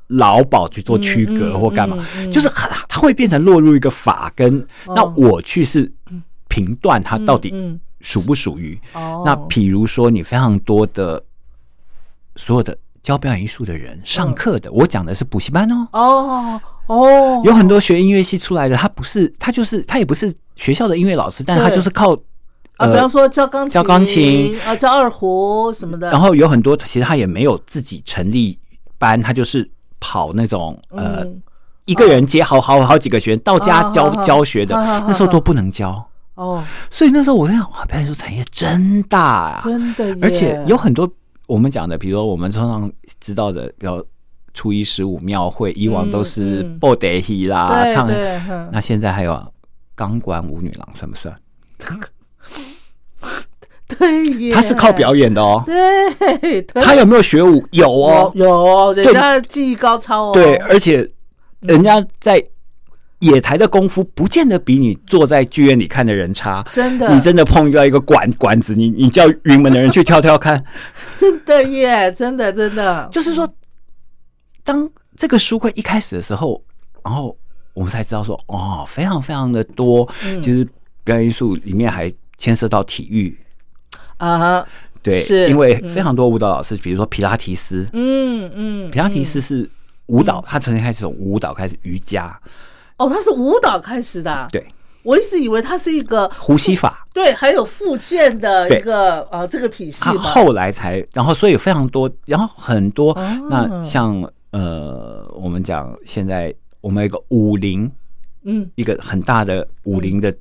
劳保去做区隔
嗯
或干嘛，
嗯嗯
就是很它会变成落入一个法跟、
哦
那我去是评断它到底
嗯
属不属于。
哦，
那譬如说，你非常多的所有的教表演艺术的人上
嗯
课的，我讲的是补习班哦，
哦哦，
有很多学音乐系出来的，他不是他就是他也不是学校的音乐老师，但他
对
就是靠
啊，比方说教钢琴、
教呃钢琴
啊，教二胡什么的，
然后有很多其实他也没有自己成立班，他就是跑那种呃、
嗯
一个人接好好好几个学员到家
啊
教、
好好
教学的，
好好好
那时候都不能教，
哦，
所以那时候我在想，哇，表演艺术产业真大啊！
真的耶，
而且有很多我们讲的，比如说我们通常知道的，比如初一十五庙会，以往都是
嗯嗯
b o d y 啦，
对
唱
对嗯
那现在还有钢管舞女郎算不算？
对耶，
她是靠表演的哦，
对，对
她有没有学舞？有哦，
有有人家技艺高超哦，
对，而且人家在野台的功夫，不见得比你坐在剧院里看的人差。
真的，
你真的碰到一个管管子，你你叫云门的人去跳 跳看，
真的耶，真的真的，
就是说，当这个书柜一开始的时候，然后我们才知道说，哦，非常非常的多。
嗯
其实表演艺术里面还牵涉到体育，
啊哈，
对，
是
因为非常多舞蹈老师，比如说皮拉提斯，
嗯嗯，
皮拉提斯是舞蹈，他曾经开始从舞蹈开始瑜伽，
哦，他是舞蹈开始的啊，
对，
我一直以为他是一个
呼吸法，
对，还有复健的一个啊这个体系
他
嘛，
后来才，然后所以非常多，然后很多，
哦
那像呃，我们讲现在我们有一个舞龄，
嗯，
一个很大的舞龄的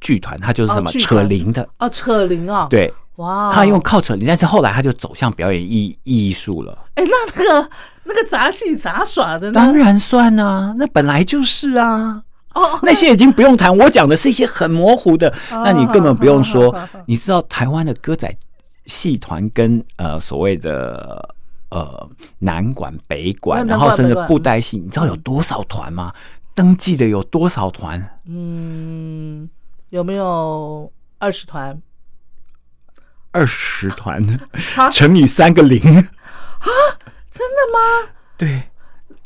剧团，它就是什么
哦剧团
扯铃的，
啊扯铃啊，，
对，
哇，
他用靠扯铃，但是后来他就走向表演艺艺术了。
哎那那个那个杂技杂耍的呢，
当然算啊，那本来就是啊，
哦，
那些已经不用谈，我讲的是一些很模糊的，
哦
那你根本不用说
好好好。
你知道台湾的歌仔戏团跟呃所谓的。呃，南管、北管，
那
然
南管
后甚至
北管
布袋戏，你知道有多少团吗？登记的有多少团？
嗯，有没有二十团？
二十团，
啊
乘以三个零。
真的吗？
对，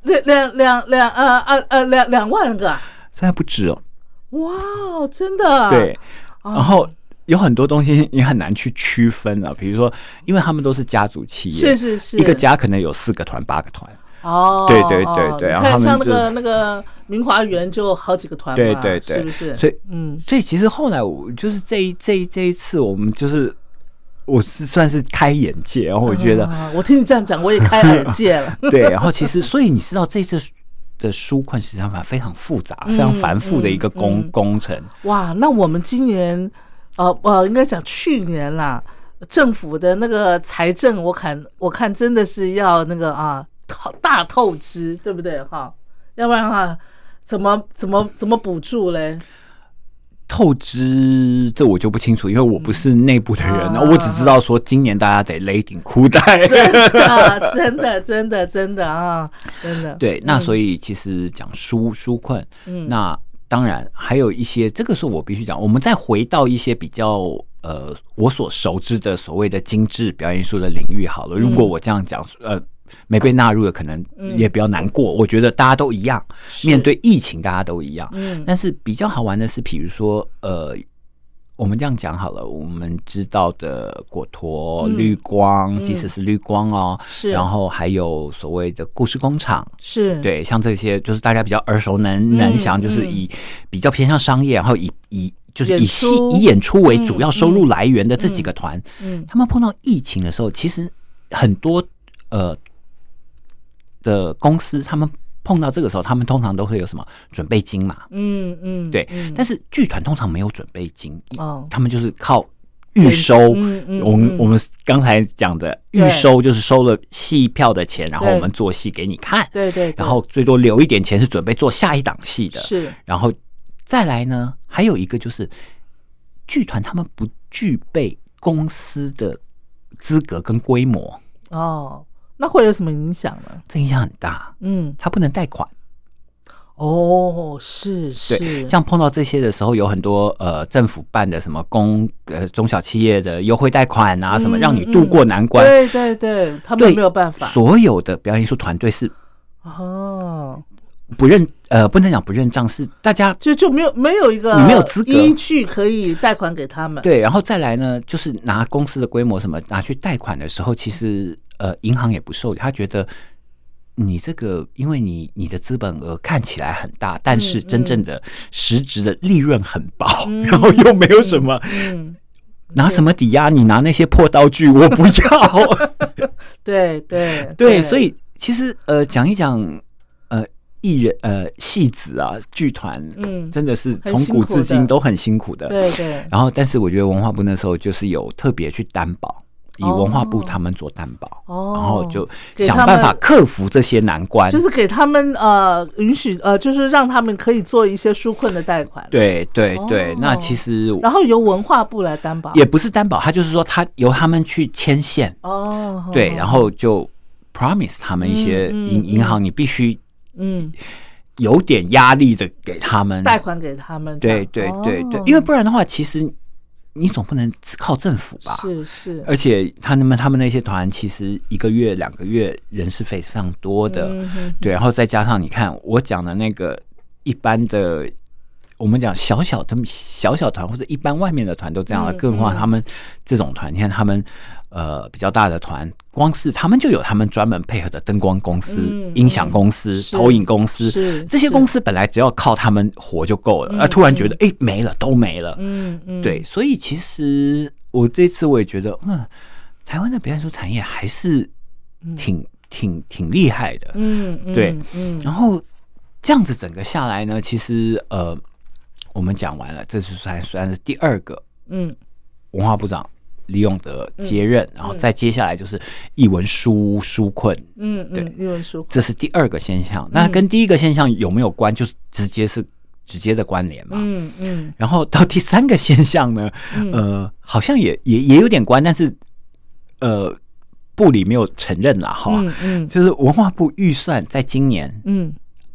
两两两两呃呃呃两两万个啊，
现在不止哦。
哇，哦，真的
对，
哦
然后有很多东西你很难去区分啊，比如说，因为他们都是家族企业，
是是是
一个家可能有四个团、八个团，
哦，
对对对对
哦
然
你
后他
看
们
像那个
就
那个明华园就好几个团嘛，
对对对，
是不是？
所以，
嗯，
所以其实后来我就是这一这一这一次，我们就是我是算是开眼界，然后我觉得、
啊我听你这样讲，我也开耳界了。
对，然后其实所以你知道这次。的书困实际上非常 复杂、非常繁复的一个
嗯
工、工程，
哇，那我们今年，呃呃，应该讲去年啦，政府的那个财政，我看我看真的是要那个啊，透大透支，对不对哈？要不然的话，怎么怎么怎么补助嘞？
透支这我就不清楚，因为我不是内部的人
嗯
啊，
啊
我只知道说今年大家得勒紧裤带。
真的，啊真的，真的，真的啊，真的。
对，那所以其实讲纾纾困，
嗯
那当然还有一些，这个是我必须讲。我们再回到一些比较呃我所熟知的所谓的精致表演艺术的领域好了。如
嗯
果我这样讲，呃。没被纳入的可能也比较难过，我觉得大家都一样，面对疫情大家都一样。
嗯
但是比较好玩的是，比如说，呃，我们这样讲好了，我们知道的果陀、
嗯
绿光，
嗯
即使是绿光哦，
是
然后还有所谓的故事工厂，
是，
对，像这些就是大家比较耳熟能
嗯
能详，就是以比较偏向商业，然后以以就是以
演
戏
出
以演出为
嗯
主要收入来源的这几个团，
嗯
他们碰到疫情的时候，其实很多呃的公司，他们碰到这个时候，他们通常都会有什么准备金嘛？
嗯嗯，
对，
嗯
但是剧团通常没有准备金，
哦
他们就是靠预收。
嗯嗯
我们
嗯
我们刚才讲的预
对
收就是收了戏票的钱，然后
对
我们做戏给你看，
对对，对
然后最多留一点钱是准备做下一档戏的。
是
然后再来呢，还有一个就是剧团他们不具备公司的资格跟规模，
哦，那会有什么影响呢？
这影响很大。
嗯，
他不能贷款，
哦，是
对，
是，
像碰到这些的时候，有很多呃政府办的什么公呃中小企业的优惠贷款啊，什么
嗯
让你渡过难关。
对对对，他们
对，
没有办法
所有的表演艺术团队是
哦，
不认呃，不能讲不认账，是大家
就就没有没有一个
你没有资格
依据可以贷款给他们。，
对，然后再来呢，就是拿公司的规模什么拿去贷款的时候，其实呃，银行也不受理，他觉得你这个，因为你你的资本额看起来很大，但
嗯
是真正的实质的利润很薄，然后又没有什么。
嗯，
拿什么抵押？你拿那些破道具，我不 要。
对对
对，所以其实呃，讲一讲呃，艺人呃，戏子啊，剧团，
嗯
真的是
很
从
辛
古
苦
至今
的
都很辛苦的。
对对，
然后，但是我觉得文化部那时候就是有特别去担保，以
哦
文化部他们做担保，
哦
然后就
给
想
他们
办法克服这些难关。
就是给他们呃允许呃，就是让他们可以做一些纾困的贷款。，
对对
哦
对，那其实
然后由文化部来担保。
也不是担保，他就是说他由他们去牵线，
哦，
对，然后就 promise 他们一些
嗯嗯
银、
嗯
银行，你必须
嗯，
有点压力的给他们
贷款给他们这
对
样。
对对对，
哦
因为不然的话，其实你总不能只靠政府吧？
是是，
而且他们他们那些团其实一个月两个月人是非常多的，
嗯哼
对，然后再加上你看我讲的那个一般的，我们讲小小他们小小团或者一般外面的团都这样了，
嗯
更何况
嗯
他们这种团，你看他们呃比较大的团，光是他们就有他们专门配合的灯光公司、
嗯
音响公司、
是
投影公司
是，
这些
是
公司本来只要靠他们活就够了，
嗯
而突然觉得哎、诶没了都没了，
嗯嗯，
对，所以其实我这次我也觉得，嗯，台湾的表演艺术产业还是挺、挺挺厉害的。
嗯，嗯
对
嗯
然后这样子整个下来呢，其实呃，我们讲完了，这是算算是第二个
嗯
文化部长李永德接任，然后再接下来就是译文纾纾困，
嗯
对
嗯，英文书
这是第二个现象。那
嗯
跟第一个现象有没有关？就是直接是直接的关联嘛。
嗯嗯
然后到第三个现象呢，呃，好像也也也有点关，但是呃，部里没有承认啦，哈，
嗯嗯
就是文化部预算在今年
嗯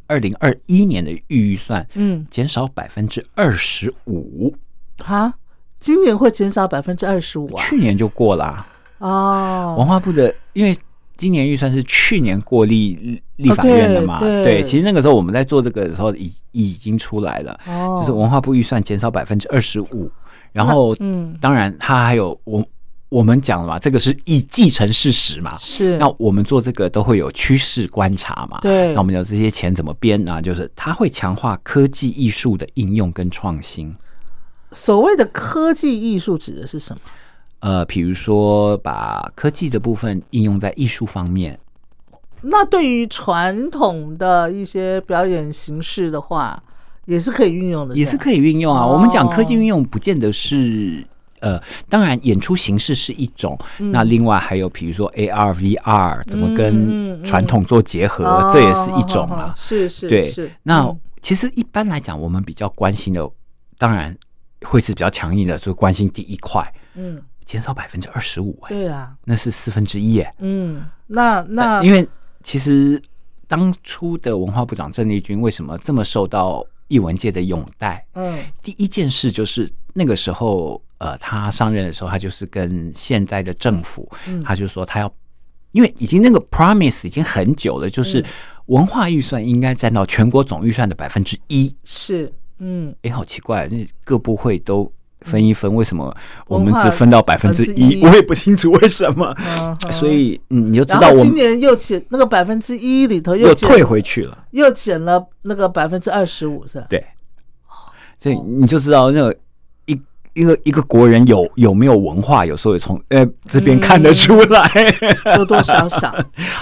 二零二一年的预预算
嗯，
减少百分之二十五，
哈，今年会减少百分之二十五啊？
去年就过啦。文
哦，
化部的，因为今年预算是去年过立立法院的嘛，
哦对对
其实那个时候我们在做这个的时候已已经出来了，
哦，
就是文化部预算减少百分之二十五，然后
嗯
当然它还有我我们讲了嘛，这个是已既成事实嘛，
是
那我们做这个都会有趋势观察嘛，
对
那我们有这些钱怎么编呢、就是它会强化科技艺术的应用跟创新。
所谓的科技艺术指的是什么？
呃，比如说把科技的部分应用在艺术方面，
那对于传统的一些表演形式的话，也是可以运用的，
也是
以。
可以运用啊。
哦
我们讲科技运用，不见得是呃，当然演出形式是一种，那另外还有比如说 AR、VR 怎么
嗯嗯嗯
跟
嗯
传统做结合，
哦
这也是一种啊。
好好好是是
对
是。
那
嗯
其实一般来讲，我们比较关心的，当然会是比较强硬的，就是关心第一块，
嗯，
减少百分之二十五，哎，
对啊，
那是四分之一，哎，
嗯，那那
因为其实当初的文化部长郑丽君为什么这么受到艺文界的拥戴？
嗯
第一件事就是那个时候，呃，他上任的时候，他就是跟现在的政府，
嗯
他就说他要，因为已经那个 promise 已经很久了，就是
嗯
文化预算应该占到全国总预算的百分之一。
是嗯
哎，好奇怪，那各部会都分一分，为什么我
文
们
化
只分到百分之一？
1%
我也不清楚为什么。
嗯哼
所以嗯你就知
然
道
后
我
今
们
年又减那个百分之一里头
又
减
退回去了，
又减了那个百分之二十五是吧？
对，所以你就知道那个一一个一个国人有有没有文化，有时候也从呃这边看
嗯
得出来。
多多少 少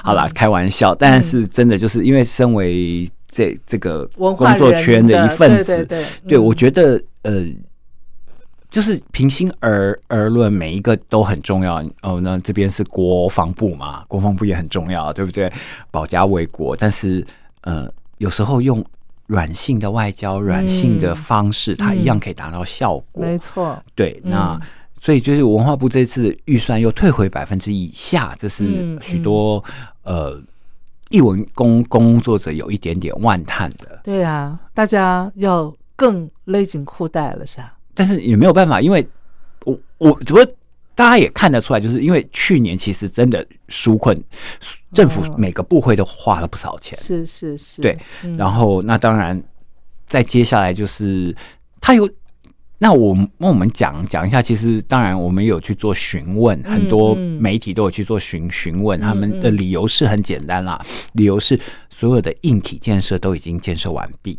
好
嗯
啦，开玩笑，但是真的就是因为身为这这个
文
工
化人
作圈一份子，
对对对嗯
对我觉得呃，就是平心而而论，每一个都很重要。哦，那这边是国防部嘛，国防部也很重要，对不对？保家卫国，但是呃，有时候用软性的外交、软性
嗯
的方式，它一样可以达到效果。
没错，
对，那所以就是文化部这次预算又退回百分之以下，这是
嗯
许多、呃译文工工作者有一点点万叹的，
对啊，大家要更勒紧裤带了是吧？
但是也没有办法，因为我我只不过大家也看得出来，就是因为去年其实真的纾困，政府
哦
每个部会都花了不少钱。
是是是，
对
嗯，
然后那当然，再接下来就是他有。那我们那我们讲讲一下，其实当然我们有去做询问，
嗯
很多
嗯
媒体都有去做询询问，他们的
嗯
理由是很简单啦，理由是所有的硬体建设都已经建设完毕。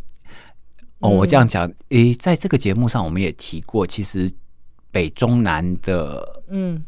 哦，
嗯
我这样讲，诶、在这个节目上我们也提过，其实北中南的
嗯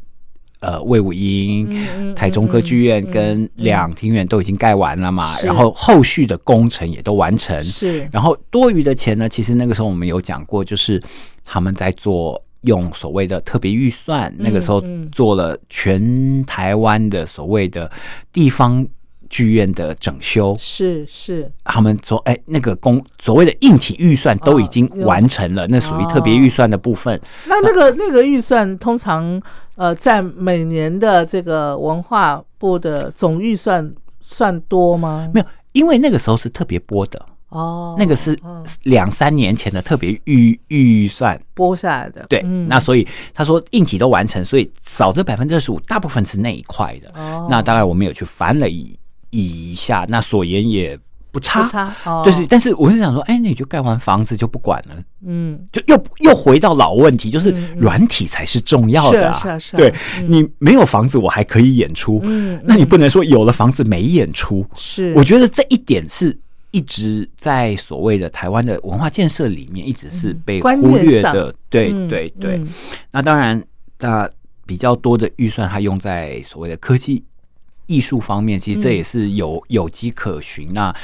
呃魏武营、
嗯嗯
台中歌剧院
嗯嗯
跟两厅院都已经盖完了嘛，
是
然后后续的工程也都完成，
是
然后多余的钱呢，其实那个时候我们有讲过，就是他们在做用所谓的特别预算，那个时候
嗯
做了全台湾的所谓的地方剧院的整修，
是是，
他们说，哎，那个工所谓的硬体预算都已经
哦有
完成了，那属于特别预算的部分。
那那 个那个预算通常呃，在每年的这个文化部的总预算算多吗？
没有，因为那个时候是特别拨的，
哦，
那个是
嗯
两三年前的特别预预算。
拨下来的，
对，
嗯
那所以他说硬体都完成，所以少这百分之二十五，大部分是那一块的。
哦
那当然我们有去翻了一一下，那所言也不差。
不差，哦
就是，但是我是想说，哎，你就盖完房子就不管了，
嗯，
就又又回到老问题，就是软体才是重要的、
是啊是啊是啊
对、你没有房子，我还可以演出，
嗯
那你不能说有了房子没演出。
是，
我觉得这一点是一直在所谓的台湾的文化建设里面，一直是被
嗯观
忽
念
略
上
的。对
嗯
对对、
嗯
那当然，那比较多的预算它用在所谓的科技艺术方面，其实这也是
嗯
有有迹可循。那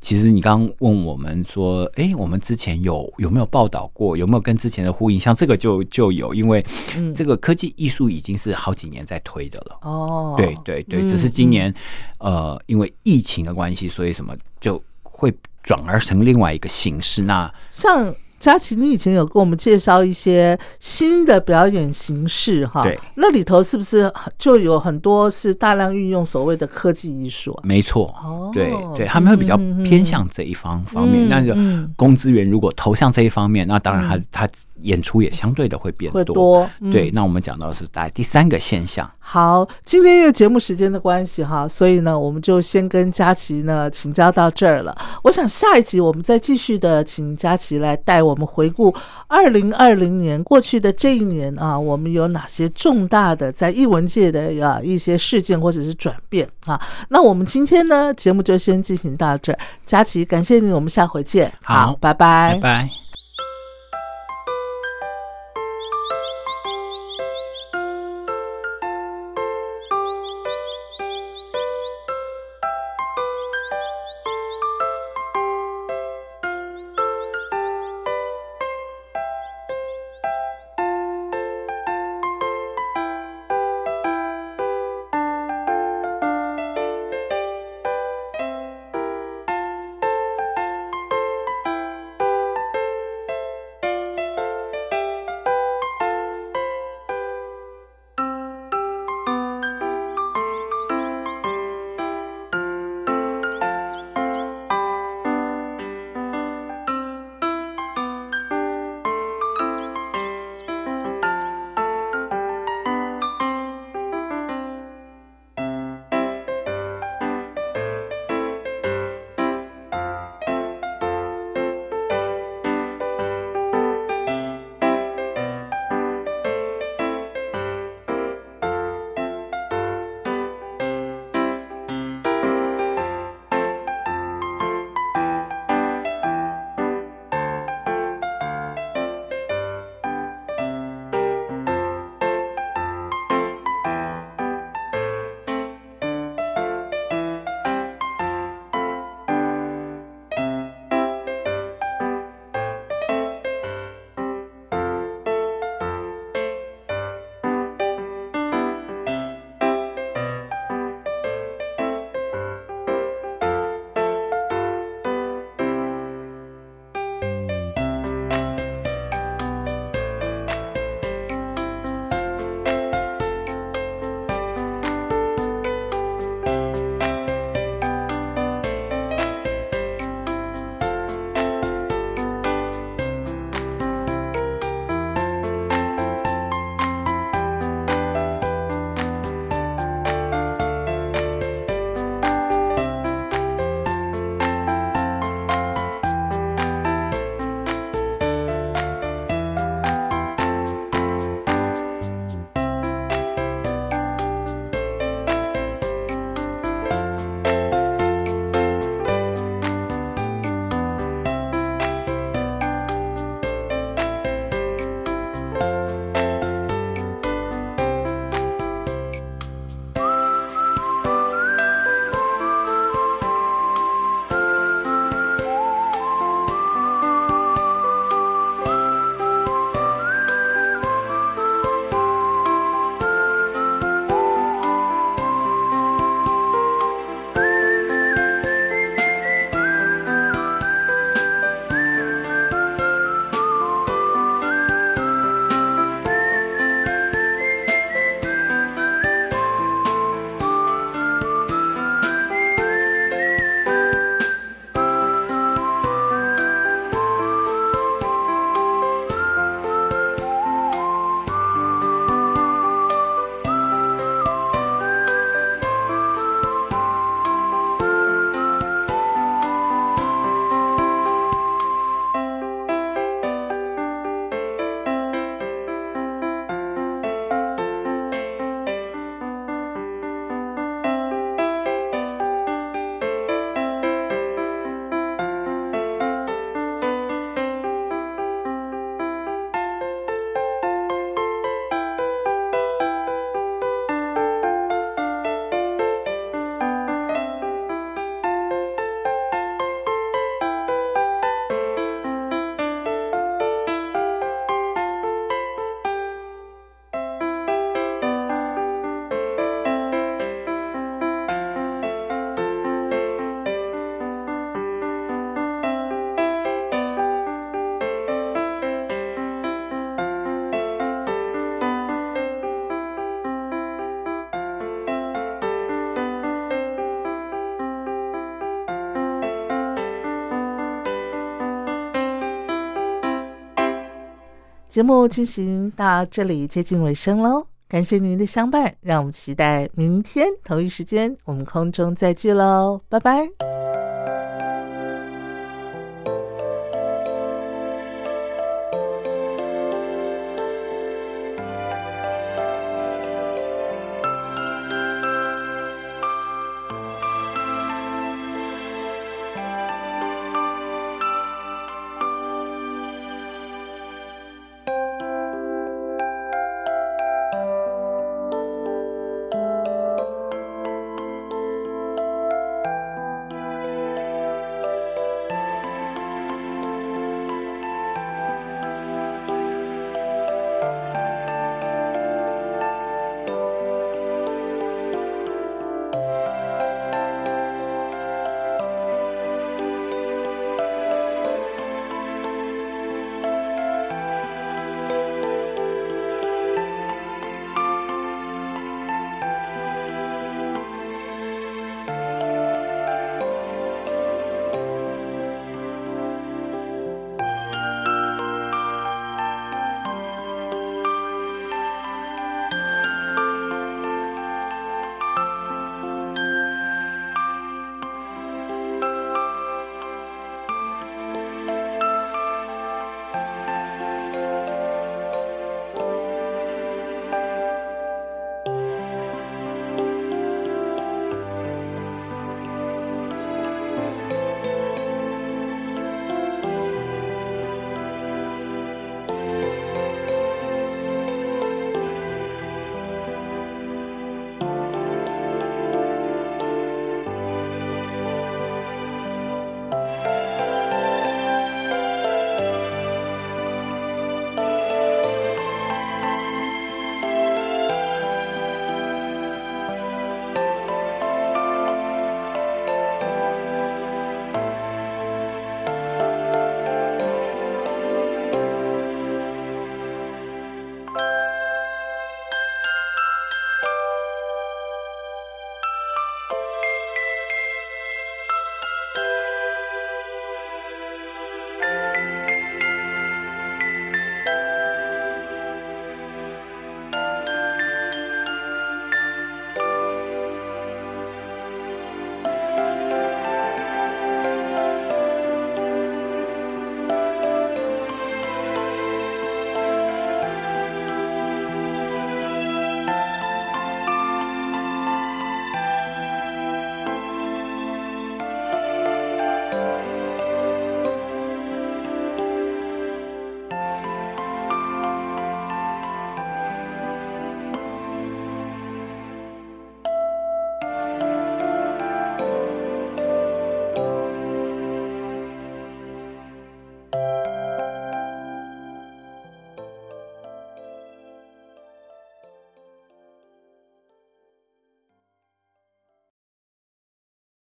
其实你刚刚问我们说，诶，我们之前有有没有报道过，有没有跟之前的呼应？像这个就就有，因为
嗯
这个科技艺术已经是好几年在推的了。
哦，
对对对，
嗯
只是今年、呃，因为疫情的关系，所以什么就会转而成另外一个形式。那
像佳琪，你以前有跟我们介绍一些新的表演形式哈，
对，
那里头是不是就有很多是大量运用所谓的科技艺术啊？
没错，
哦
对对，他们会比较
嗯嗯嗯
偏向这一方方
嗯
面。那就
嗯
工资源如果投向这一方面，那当然他、他演出也相对的会变
会多嗯
对，那我们讲到的是大概第三个现象，
好，今天因为节目时间的关系哈，所以呢，我们就先跟佳琪呢请教到这儿了。我想下一集我们再继续的请佳琪来带我们回顾二零二零年过去的这一年啊，我们有哪些重大的在艺文界的啊一些事件或者是转变啊？那我们今天呢节目就先进行到这儿，佳琪，感谢你，我们下回见。
好
拜拜
拜拜。
节目进行到这里接近尾声喽，感谢您的相伴，让我们期待明天同一时间我们空中再聚喽，拜拜。